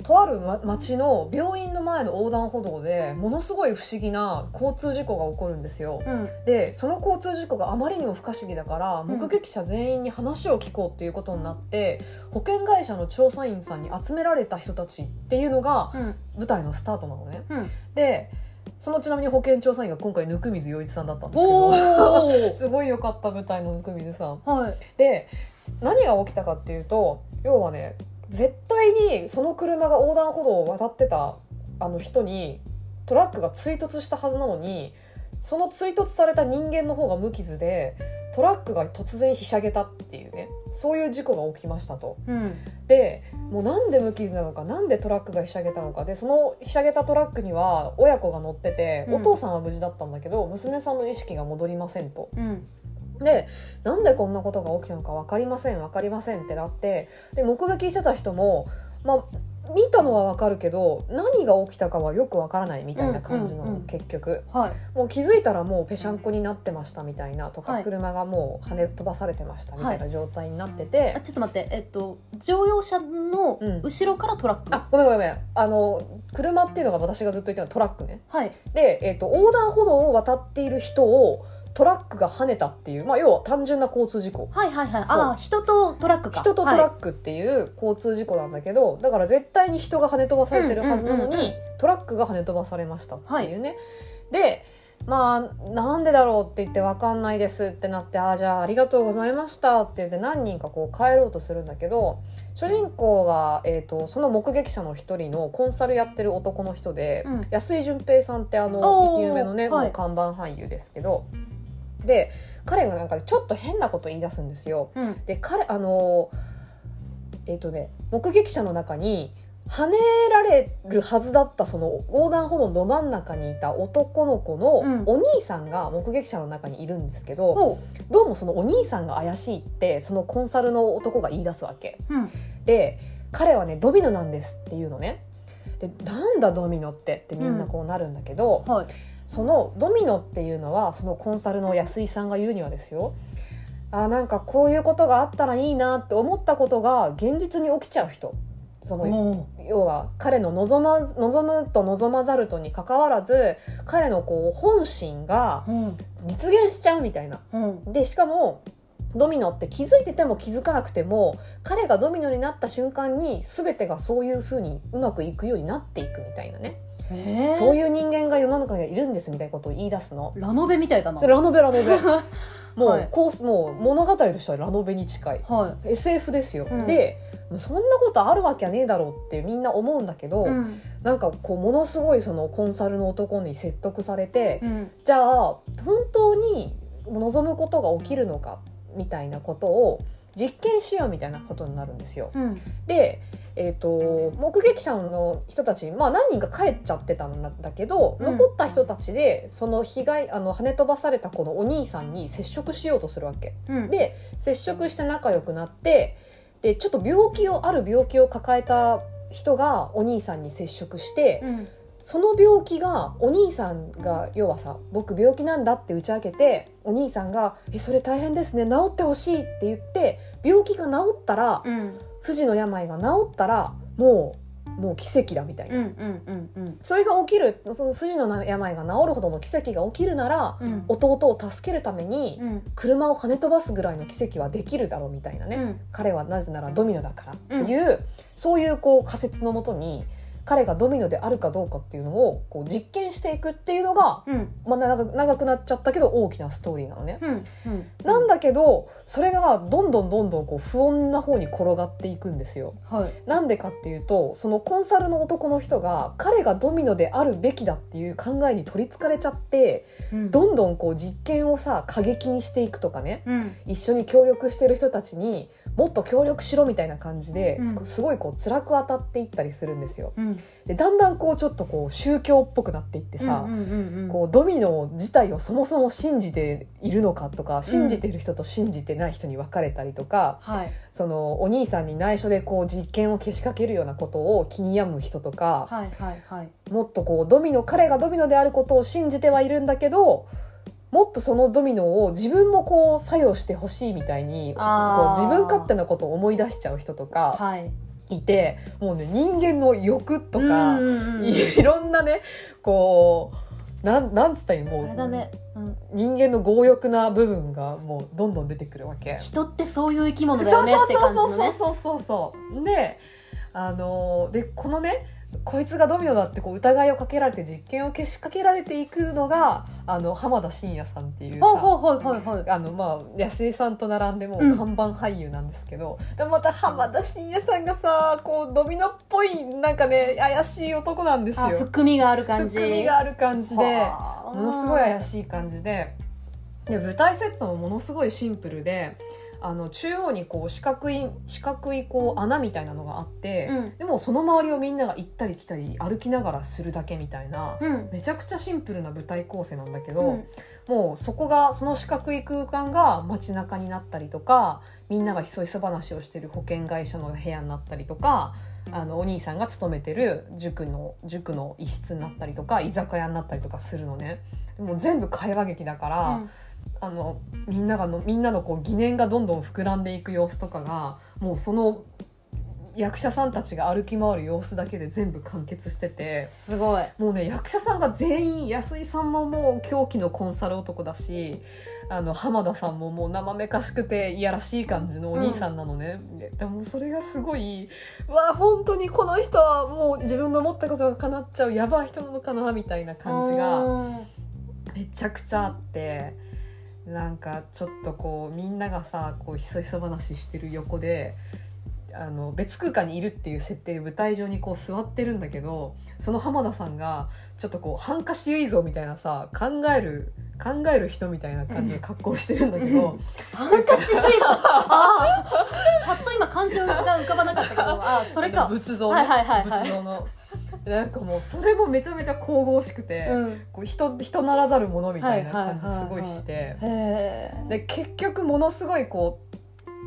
S1: とあるま町の病院の前の横断歩道でものすごい不思議な交通事故が起こるんですよ
S2: うん。
S1: でその交通事故があまりにも不可思議だから
S2: ん
S1: 目撃者全員に話を聞こうっていうことになって、保険会社の調査員さんに集められた人たちっていうのが
S2: うん。
S1: 舞台のスタートなのね、
S2: うん
S1: でそのちなみに保険調査員が今回温水洋一さんだったんですけど
S2: お お。
S1: すごい良かった舞台の温水さん。
S2: はい。
S1: で何が起きたかっていうと要はね絶対にその車が横断歩道を渡ってたあの人にトラックが追突したはずなのにその追突された人間の方が無傷でトラックが突然ひしゃげたっていうねそういう事故が起きましたと。
S2: うん。
S1: でもうなんで無傷なのかなんでトラックがひしゃげたのかでそのひしゃげたトラックには親子が乗ってて、
S2: うん
S1: お父さんは無事だったんだけど娘さんの意識が戻りませんと。
S2: うん。
S1: でなんでこんなことが起きたのか分かりません分かりませんってなってで目撃してた人も、まあ、見たのは分かるけど何が起きたかはよく分からないみたいな感じなの、
S2: うんうんうん
S1: 結局
S2: はい。
S1: もう気づいたらもうぺしゃんこになってましたみたいなとか、
S2: はい
S1: 車がもう跳ね飛ばされてましたみたいな状態になってて、
S2: あちょっと待って、えっと、乗用車の
S1: うん
S2: 後ろからトラック、
S1: あごめんごめんごめんあの車っていうのが私がずっと言ってるのはトラックね。
S2: はい
S1: で、えー、と横断歩道を渡っている人をトラックが跳ねたっていう、まあ、要は単純な交通事故。
S2: はいはいはい
S1: そう
S2: あ人とトラックか
S1: 人とトラ
S2: ク、
S1: ックっていう交通事故なんだけど、だから絶対に人が跳ね飛ばされてるはずなのに、
S2: うんうんうんうん
S1: トラックが跳ね飛ばされましたっていうね。でまあなんでだろうって言って分かんないですってなって「ああじゃあありがとうございました」って言って何人かこう帰ろうとするんだけど主人公が、えー、とその目撃者の一人のコンサルやってる男の人で、
S2: うん
S1: 安井淳平さんってあの
S2: お
S1: 生
S2: ー
S1: き埋めのね、
S2: はい
S1: もう看板俳優ですけどで彼がなんかちょっと変なこと言い出すんですよ。
S2: はいうん
S1: で彼あのえっ、とね目撃者の中に跳ねられるはずだったその横断歩道のど真ん中にいた男の子
S2: うん
S1: のお兄さんが目撃者の中にいるんですけど、
S2: おう
S1: どうもそのお兄さんが怪しいってそのコンサルの男が言い出すわけ。
S2: うん
S1: で彼はねドミノなんですっていうのね。でなんだドミノってってみんなこうなるんだけど、
S2: はい
S1: そのドミノっていうのはそのコンサルの安井さんが言うにはですよあーなんかこういうことがあったらいいなって思ったことが現実に起きちゃう人その
S2: おう
S1: 要は彼の望,、ま、望むと望まざるとにかかわらず彼のこう本心が
S2: うん
S1: 実現しちゃうみたいな。
S2: うん
S1: でしかもドミノって気づいてても気づかなくても彼がドミノになった瞬間に全てがそういう風にうまくいくようになっていくみたいなね、
S2: え
S1: そう
S2: う
S1: いう人間が世の中にはいるんですみたいなことを言い出すの。
S2: ラノベみたいだな
S1: それラノベラノ ベもう、
S2: はい
S1: コースもう物語としてはラノベに近い
S2: は
S1: SF ですよ、
S2: うん
S1: でそんなことあるわけはねえだろうってみんな思うんだけど、
S2: いうん
S1: なんかこうものすごいそのコンサルの男に説得されて、
S2: うん
S1: じゃあ本当に望むことが起きるのかみたいなことを実験しようみたいなことになるんですよ。
S2: うん
S1: で、えー、と目撃者の人たち、まあ、何人か帰っちゃってたんだけど、
S2: うん
S1: 残った人たちでその被害あの跳ね飛ばされたこのお兄さんに接触しようとするわけ。
S2: うん
S1: で接触して仲良くなってでちょっと病気をある病気を抱えた人がお兄さんに接触して、
S2: うん
S1: その病気がお兄さんが要はさ「僕病気なんだ」って打ち明けてお兄さんが「えそれ大変ですね治ってほしい」って言って病気が治ったら
S2: うん
S1: 不治の病が治ったらもうもう奇跡だみたいな、
S2: うんうんうんうん
S1: それが起きるふ不治の病が治るほどの奇跡が起きるなら
S2: うん
S1: 弟を助けるために
S2: うん
S1: 車を跳ね飛ばすぐらいの奇跡はできるだろうみたいなね、
S2: うん
S1: 彼はなぜならドミノだからっていう、そういうこう仮説のもとに彼がドミノであるかどうかっていうのをこう実験していくっていうのが、
S2: うん
S1: まあ、長く長くなっちゃったけど大きなストーリーなのね。
S2: うんうん
S1: なんだけどそれがどんどんどんどんこう不穏な方に転がっていくんですよ。
S2: はい
S1: なんでかっていうとそのコンサルの男の人が彼がドミノであるべきだっていう考えに取りつかれちゃって
S2: うん
S1: どんどんこう実験をさ過激にしていくとかね
S2: うん
S1: 一緒に協力してる人たちにもっと協力しろみたいな感じで、
S2: うん
S1: すごいこう辛く当たっていったりするんですよ。
S2: うん
S1: でだんだんこうちょっとこう宗教っぽくなっていってさ、
S2: うんうんうん
S1: こうドミノ自体をそもそも信じているのかとか信じてる人と信じてない人に分かれたりとか、
S2: はい
S1: そのお兄さんに内緒でこう実験をけしかけるようなことを気に病む人とか
S2: はいはいはい
S1: もっとこうドミノ彼がドミノであることを信じてはいるんだけどもっとそのドミノを自分もこう作用してほしいみたいにこ
S2: あー
S1: う自分勝手なことを思い出しちゃう人とか
S2: はい
S1: いてもうね人間の欲とか。
S2: うんうんうん
S1: いろんなねこうなんなんつったらいいも
S2: あ
S1: う
S2: れだね、うん、
S1: 人間の強欲な部分がもうどんどん出てくるわけ。
S2: 人ってそういう生き物
S1: そう
S2: だよね
S1: そ
S2: っ
S1: う
S2: て感じ
S1: そ
S2: の
S1: う
S2: ね
S1: そうそうそうであのーでこのねこいつがドミノだってこう疑いをかけられて実験をけしかけられていくのがあの浜田真也さんっていうさ
S2: ほうほうほうほうほう
S1: あのまあ安井さんと並んでも
S2: う
S1: うん看板俳優なんですけど、でまた浜田真也さんがさこうドミノっぽいなんかね怪しい男なんですよ。
S2: あ含みがある感じ
S1: 含みがある感じで
S2: はあ
S1: ものすごい怪しい感じでで舞台セットもものすごいシンプルであの中央にこう四角い四角いこう穴みたいなのがあって、
S2: うん
S1: でもその周りをみんなが行ったり来たり歩きながらするだけみたいな。
S2: うん
S1: めちゃくちゃシンプルな舞台構成なんだけど、
S2: うん
S1: もうそこがその四角い空間が街中になったりとかみんながひそひそ話をしてる保険会社の部屋になったりとかあのお兄さんが勤めてる塾の塾の一室になったりとか居酒屋になったりとかするのね。でも全部会話劇だから、あのみんながのみんなのこう疑念がどんどん膨らんでいく様子とかがもうその役者さんたちが歩き回る様子だけで全部完結してて。
S2: すごい
S1: もうね役者さんが全員安井さんももう狂気のコンサル男だしあの浜田さんももう生めかしくていやらしい感じのお兄さんなのね、ででもそれがすごいうわ本当にこの人はもう自分の思ったことが叶っちゃうやばい人なのかなみたいな感じが
S2: うん
S1: めちゃくちゃあってなんかちょっとこうみんながさこうひそひそ話してる横で。あの別空間にいるっていう設定で舞台上にこう座ってるんだけどその浜田さんがちょっとこうハンカチ映像みたいなさ考える考える人みたいな感じの格好をしてるんだけど、
S2: ハンカチ映像ああパッと今感情が浮かばなかったけどあーそれ
S1: あの
S2: か
S1: 仏像の、
S2: はいはいはいは
S1: 仏
S2: い
S1: 像のなんかもうそれもめちゃめちゃ神々しくて、
S2: うん
S1: こう人人ならざるものみたいな感じ
S2: はい
S1: す
S2: はいはいは
S1: ご
S2: い
S1: いして、
S2: へー
S1: で結局ものすごいこう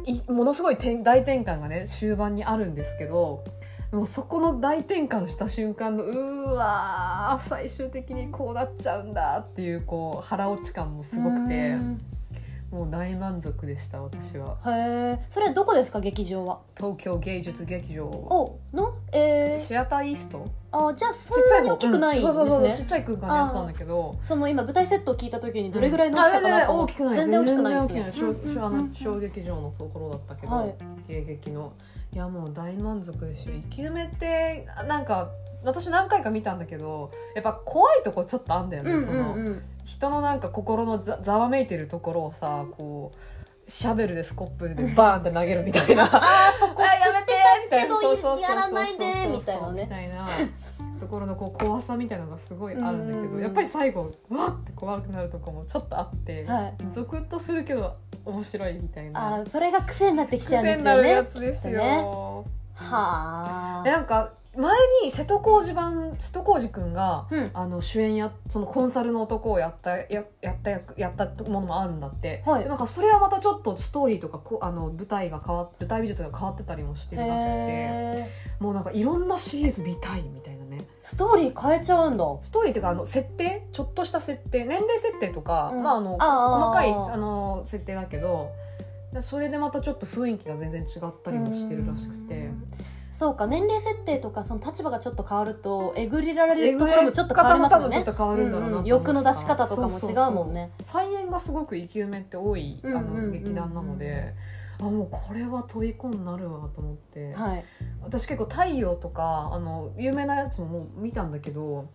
S1: いものすごい転大転換がね終盤にあるんですけどでもそこの大転換した瞬間のうーわー最終的にこうなっちゃうんだっていうこう腹落ち感もすごくて
S2: うん
S1: もう大満足でした私は
S2: へえそれどこですか劇場は
S1: 東京芸術劇場
S2: おのえー、
S1: シアターイースト
S2: あじゃあそんなに
S1: 子
S2: 大きくないん
S1: う
S2: で
S1: んそうそう
S2: す
S1: そうち
S2: ね
S1: っちゃい空間でやってたんだけど
S2: その今舞台セットを聞いた時にどれぐらいの大きさかなと思
S1: 大
S2: って
S1: きくない
S2: 全然大きくないで
S1: ですす
S2: ね
S1: ね
S2: うんうんうんうん
S1: 小劇場のところだったけど、
S2: はい
S1: 芸劇のいやもう大満足でしょ生き埋めってなんか私何回か見たんだけどやっぱ怖いとこちょっとあんだよね、
S2: うん
S1: そ
S2: うん
S1: の
S2: うん
S1: 人のなんか心のざざわめいてるところをさこうシャベルでスコップでバーンって投げるみたいな
S2: あーそこ知
S1: あ
S2: っ
S1: やめてみたいな
S2: けど
S1: そうそうそうそう
S2: やらないでみたいなね
S1: みたいなところのこう怖さみたいなのがすごいあるんだけど、
S2: うんうんうん
S1: やっぱり最後わって怖くなるとこもちょっとあって、
S2: はい
S1: ゾクッとするけど面白いみたい
S2: あ
S1: な
S2: ーそれが癖になってきちゃうんで
S1: 癖
S2: す
S1: にな
S2: よ
S1: るや
S2: ね
S1: つです
S2: きっと
S1: よ。
S2: ねは
S1: で
S2: あ
S1: なんか前に瀬戸康史版瀬戸康史くんが
S2: うん
S1: あの主演やそのコンサルの男をやったややった役やったものもあるんだって、
S2: はい
S1: でなんかそれはまたちょっとストーリーとかこうあの舞台が変わっ舞台美術が変わってたりもしてるらしくて
S2: へー
S1: もうなんかいろんなシリーズ見たいみたいなね
S2: ストーリー変えちゃうんだ
S1: ストーリーというかあの設定ちょっとした設定年齢設定とか、
S2: うん
S1: まああの細
S2: あ
S1: かい
S2: ー
S1: あの設定だけどでそれでまたちょっと雰囲気が全然違ったりもしてるらしく
S2: う
S1: て
S2: んそうか年齢設定とかその立場がちょっと変わるとえぐりられ
S1: え
S2: る
S1: ぐ
S2: とこ
S1: れ
S2: ろもちょっと変わりますよ
S1: 方も多分ちょ
S2: ね
S1: っと変わるんだろうなと思っ
S2: うんうん
S1: た
S2: 欲の出し方とかも違うもんね
S1: そうそうそう再演がすごく生き埋めって多いあ
S2: うんうんうんうん
S1: の劇団なので、あもうこれは飛び込になるわと思って、
S2: はい
S1: 私結構太陽とかあの有名なやつももう見たんだけど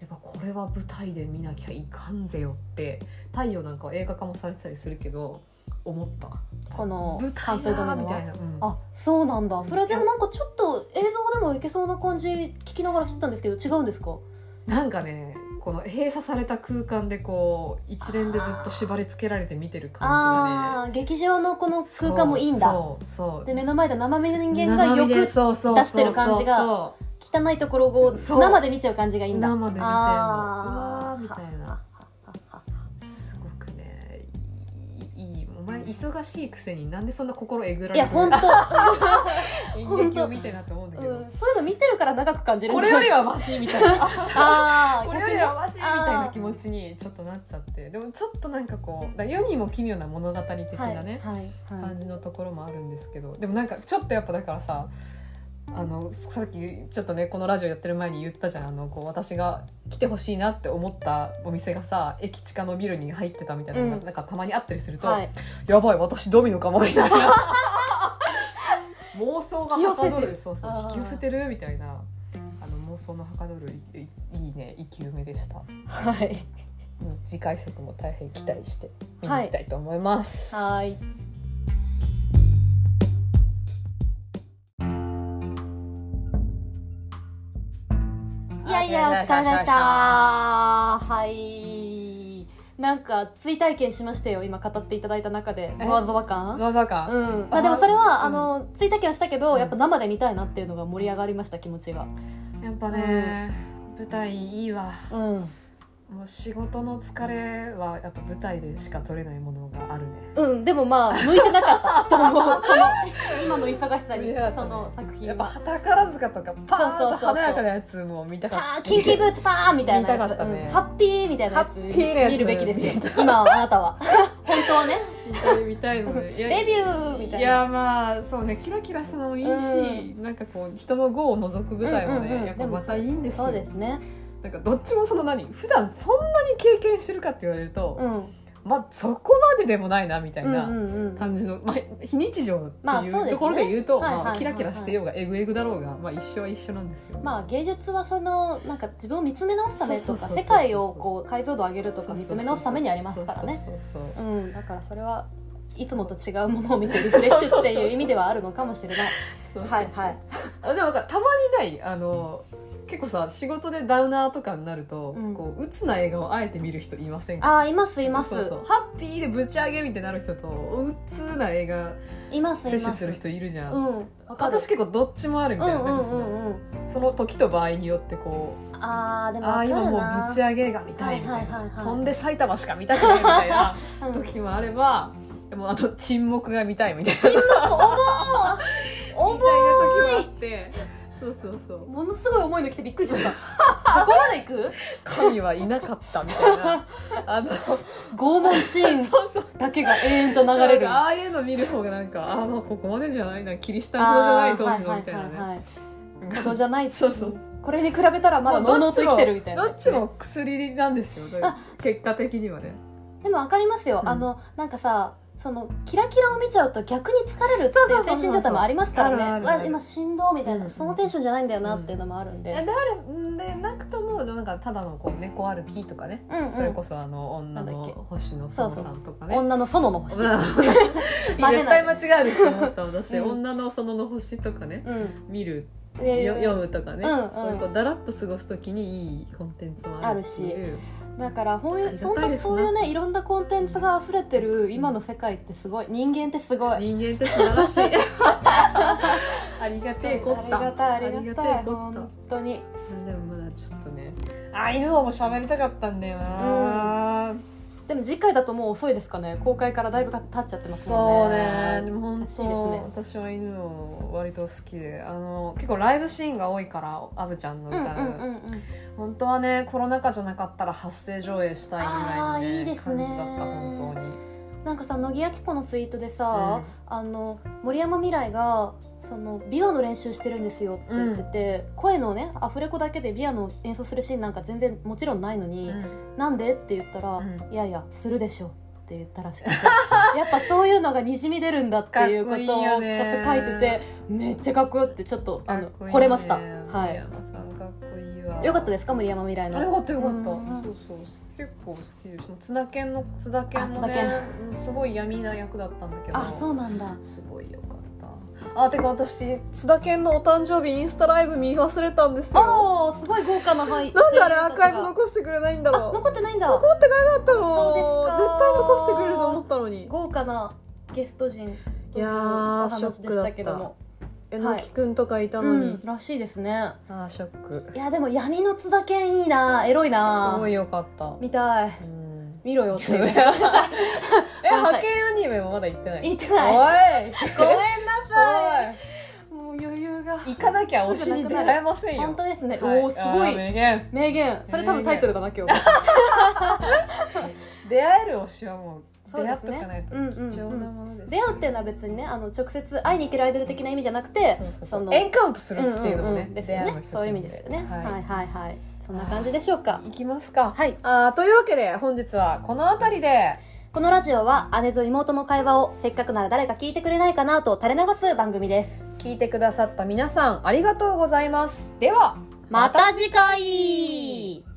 S1: やっぱこれは舞台で見なきゃいかんぜよって太陽なんかは映画化もされてたりするけど思った
S2: この
S1: 舞台
S2: 完成度
S1: だ
S2: の
S1: み
S2: み
S1: た
S2: た
S1: い
S2: いな
S1: な、うん
S2: あそうなんだそれでもなんかちょっと映像でもいけそうな感じ聞きながら知ったんですけど違うんですか
S1: なんかねこの閉鎖された空間でこう一連でずっと縛り付けられて見てる感
S2: あー劇場のこの
S1: じがね
S2: 空間もいいんだ
S1: そうそう
S2: で目の前で生身の人間がよ
S1: 生で
S2: く
S1: そうそうそう
S2: 出してる感じが
S1: そうそう
S2: 汚いところを
S1: そう
S2: 生で見ちゃう感じがいいんだ
S1: 生で見てんの
S2: あー
S1: うわーみたいな
S2: はははは
S1: すごくねいいいいお前忙しいくせになんでそんな心えぐら
S2: い
S1: れ
S2: や
S1: て
S2: 本当、
S1: 演
S2: ほん
S1: 劇
S2: と
S1: を見てなと思うんだ
S2: うん、
S1: け
S2: そ
S1: ど、
S2: ういうの見てるから長く感じるん
S1: こ
S2: じ
S1: れ
S2: ゃ
S1: よ
S2: ない
S1: りはマシみたいな
S2: あー
S1: これよ
S2: 逆
S1: り
S2: に
S1: はマシみたいな気持ちにちょっとなっちゃってでもちょっとなんかこうだから世にも奇妙な物語的
S2: はい
S1: なね、
S2: はいは
S1: 感
S2: い
S1: じのところもあるんですけどでもなんかちょっとやっぱだからさあのさっきちょっとねこのラジオやってる前に言ったじゃんあのこう私が来てほしいなって思ったお店がさ駅近のビルに入ってたみたいなのが、
S2: うん
S1: なんかたまにあったりすると、
S2: はい
S1: やばい私ドミノかもみたい な妄想がはかどるそうそう
S2: あー
S1: 引き寄せてるみたいなあの妄想のはかどるいいいいね生き埋めでした
S2: はい
S1: うん次回作も大変期待して見に行きたいと思います、
S2: はいいやいや、お疲れ様でした。はい。なんか、追体験しましたよ。今語っていただいた中で。
S1: え
S2: ゾワゾワ感
S1: ゾワゾワ感
S2: うん。まあでもそれは、
S1: あ
S2: あの、追体験はしたけど、
S1: うん
S2: やっぱ生で見たいなっていうのが盛り上がりました、気持ちが。
S1: やっぱね、舞台いいわ
S2: うん。
S1: もう仕事の疲れはやっぱ舞台でしか取れないものがあるね
S2: うん、でもまあ、向いてなかったと思う。こ の、今の忙しさ
S1: 向い
S2: に
S1: てなか、った
S2: そ
S1: ね
S2: の作品
S1: やっぱ
S2: は。
S1: 宝塚とかパー
S2: そ
S1: ン
S2: うそうそう
S1: と
S2: そう
S1: 華やかなやつも見たかった
S2: あー、キンキーブーツパーンみたいなやつ。
S1: 見たかったね
S2: うんハッピーみたいなや
S1: ハ
S2: つ。
S1: ッピーなやつ
S2: 見るべきですよ。今はあな たは。本当はね。
S1: 本 当に見たいのでいや
S2: レビューみたい
S1: い
S2: な。
S1: やまあそうねキラキラしたのもいいし、
S2: う
S1: なんかこう人の業を除く舞台もね、
S2: うんうんうん
S1: やっぱまたいいんですよ
S2: そうですね。
S1: なんかどっちもその何普段そんなに経験してるかって言われると、
S2: うん。
S1: まあそこまででもないなみたい
S2: うん
S1: な
S2: うんうん、
S1: 感じの、まあ、非日常って
S2: まあそう
S1: い
S2: です
S1: う
S2: ね
S1: ところで言うと、
S2: はいはいはい
S1: ま
S2: は
S1: あ、
S2: い
S1: キラキラしてようがエグエグだろうが、まあ、一緒は一緒なんですよ、
S2: まあ芸術はそのなんか自分を見つめ直すため
S1: そ
S2: と
S1: うそ
S2: か
S1: うそうそう
S2: 世界をこう解像度を上げるとか見つめ直すためにありますからね
S1: そうそうそうそう
S2: うんだからそれはいつもと違うものを見てリフレッシュっていう意味ではあるのかもしれない
S1: そうそう
S2: はいはい
S1: あでもなんかたまにないあの結構さ仕事でダウナーとかになると、
S2: うん
S1: こう鬱な映画をあえて見る人いませんか
S2: あーいますいます
S1: そうそうハッピーでぶち上げみたいになる人と鬱な映画
S2: いますい
S1: 摂
S2: ます
S1: 取する人いるじゃん、
S2: うんわかる
S1: 私結構どっちもあるみ
S2: う
S1: たいな,、
S2: んう
S1: なん
S2: ん
S1: か
S2: う
S1: その
S2: んうん
S1: その時と場合によってこう
S2: あーでも
S1: ああ
S2: わ
S1: ー
S2: かる
S1: 今
S2: な
S1: もうぶち上げが見たいみたい
S2: はいはい
S1: な
S2: はいはい
S1: 飛んで埼玉しか見たくないみたいな
S2: うん
S1: 時もあればでもあと沈黙が見たいみたいな沈黙みたいな時
S2: おぼ
S1: もあってそうそうそう
S2: ものすごい重いの来てびっくりしました ここまで行く
S1: 神はいなかったみたい なあの
S2: 拷問シーン
S1: そうそう
S2: だけが永遠と流れ
S1: なん
S2: る
S1: か ああいうの見る方がなんかああまあここまでじゃないなキリシタン語じゃない当時のみたいなね、
S2: ねことじゃない
S1: そうそうそう
S2: これに比べたらまだのうのうと生きてるみたいな
S1: どっちも薬なんですよだから結果的にはね
S2: でも分かりますよ、
S1: うん
S2: あのなんかさそのキラキラを見ちゃうと逆に疲れるっていう精神状態もありますからね
S1: あるあるある
S2: うわ今しんどみたいな、
S1: うん
S2: そのテンションじゃないんだよなっていうのもあるんで、
S1: いやであるでなくともなんかただのこう猫歩きとかね、
S2: うんうん
S1: それこそあの女
S2: なんだっけ
S1: の星野園さんとかね
S2: 女の園の星、
S1: 女の
S2: バレ
S1: 絶
S2: ない
S1: 対間違えると思った私、
S2: うん
S1: 女の園の星とかね
S2: うん
S1: 見る、
S2: で
S1: よ読むとかね、
S2: うんうん
S1: そういうこうだらっと過ごすときにいいコンテンツもあるっていう
S2: だからほん
S1: ありがたい
S2: 本当
S1: ですな
S2: そういうねいろんなコンテンツが溢れてる今の世界ってすごい人間ってすごい
S1: 人間って素晴らしいありがてえこった
S2: ありがたいありがた
S1: ありがて
S2: い
S1: えこった
S2: 本当に
S1: でもまだちょっとねあ犬のも喋りたかったんだよな、
S2: でも次回だともう遅いですかね公開からだいぶ経っちゃってます
S1: そ
S2: も
S1: うん
S2: ね
S1: ねでも本
S2: らしいですね
S1: 当私は犬を割と好きであの結構ライブシーンが多いからアブちゃんの歌、
S2: うんうんうんうん
S1: 本当はねコロナ禍じゃなかったら発声上映したいぐらいの、ね
S2: あーいいです
S1: 感
S2: ね
S1: じだった本当に、
S2: なんかさ乃木明子のツイートでさ、あの森山未来がそのビアの練習してるんですよって言ってて、声のねアフレコだけでビアの演奏するシーンなんか全然もちろんないの
S1: う
S2: に、
S1: ん
S2: なんでって言ったら、
S1: うん
S2: いやいやするでしょって言ったらしくてやっぱそういうのがにじみ出るんだっていうことを
S1: かっこいいよね
S2: 書いててめっちゃかっこよってちょっとあの
S1: かっこいいね
S2: 惚れましたは
S1: 森山さんかっこいいわ
S2: いよかったですか森山未来
S1: あよ
S2: の
S1: かったよかった、
S2: うん
S1: そうそう結構好きです津田健の津田健もね
S2: あ津
S1: うんすごい闇な役だったんだけど
S2: あそうなんだ
S1: すごいよかったあてか私津田健のお誕生日インスタライブ見忘れたんです
S2: あ
S1: よ
S2: らすごい豪華なはい
S1: なんであれアーカイブ
S2: 残
S1: 残してくれないんだろう
S2: 残ってないんだ
S1: 残った
S2: そうです
S1: の絶
S2: か
S1: 対残してくれると思ったのに
S2: 豪華なゲスト陣
S1: いやー
S2: お話でしたけども
S1: えのきくんとかいたの
S2: う
S1: に
S2: ん、らしいですね
S1: あーショック
S2: いやでも闇の津田健いいなエロい
S1: す
S2: な
S1: ごいよかった
S2: 見たい
S1: うん
S2: 見ろよって
S1: え
S2: いう
S1: 派遣アニメもまだ行ってない
S2: 言ってない
S1: おい
S2: ごめん
S1: なさい
S2: もう余裕が
S1: 行かなきゃ推しに出会えませんよ。
S2: 本当ですね、
S1: はい
S2: おおすご
S1: あ
S2: い
S1: ー名言
S2: 名言それ多分タイトルだな今日
S1: 出会える推しはもう
S2: そう
S1: 出
S2: で
S1: 会っ
S2: す
S1: と
S2: ね
S1: かないと
S2: うんうんうん
S1: 貴重なものです。
S2: 出会うっていうのは別にねあの直接会いに行けるアイドル的な意味じゃなくて
S1: そうそうそう
S2: の
S1: エンカウントするっ
S2: うん
S1: ていうのも
S2: うんう
S1: ね
S2: ん、です
S1: 出
S2: よ
S1: 会いの
S2: ね
S1: 一つ
S2: そういう意味ですよねはい
S1: は
S2: はいはいそんな感じでしょうか
S1: い。行きますか。
S2: はい
S1: あーというわけで本日はこのあたりで
S2: このラジオは姉と妹の会話をせっかくなら誰か聞いてくれないかなと垂れ流す番組です
S1: 聞いてくださった皆さんありがとうございます。では
S2: また次回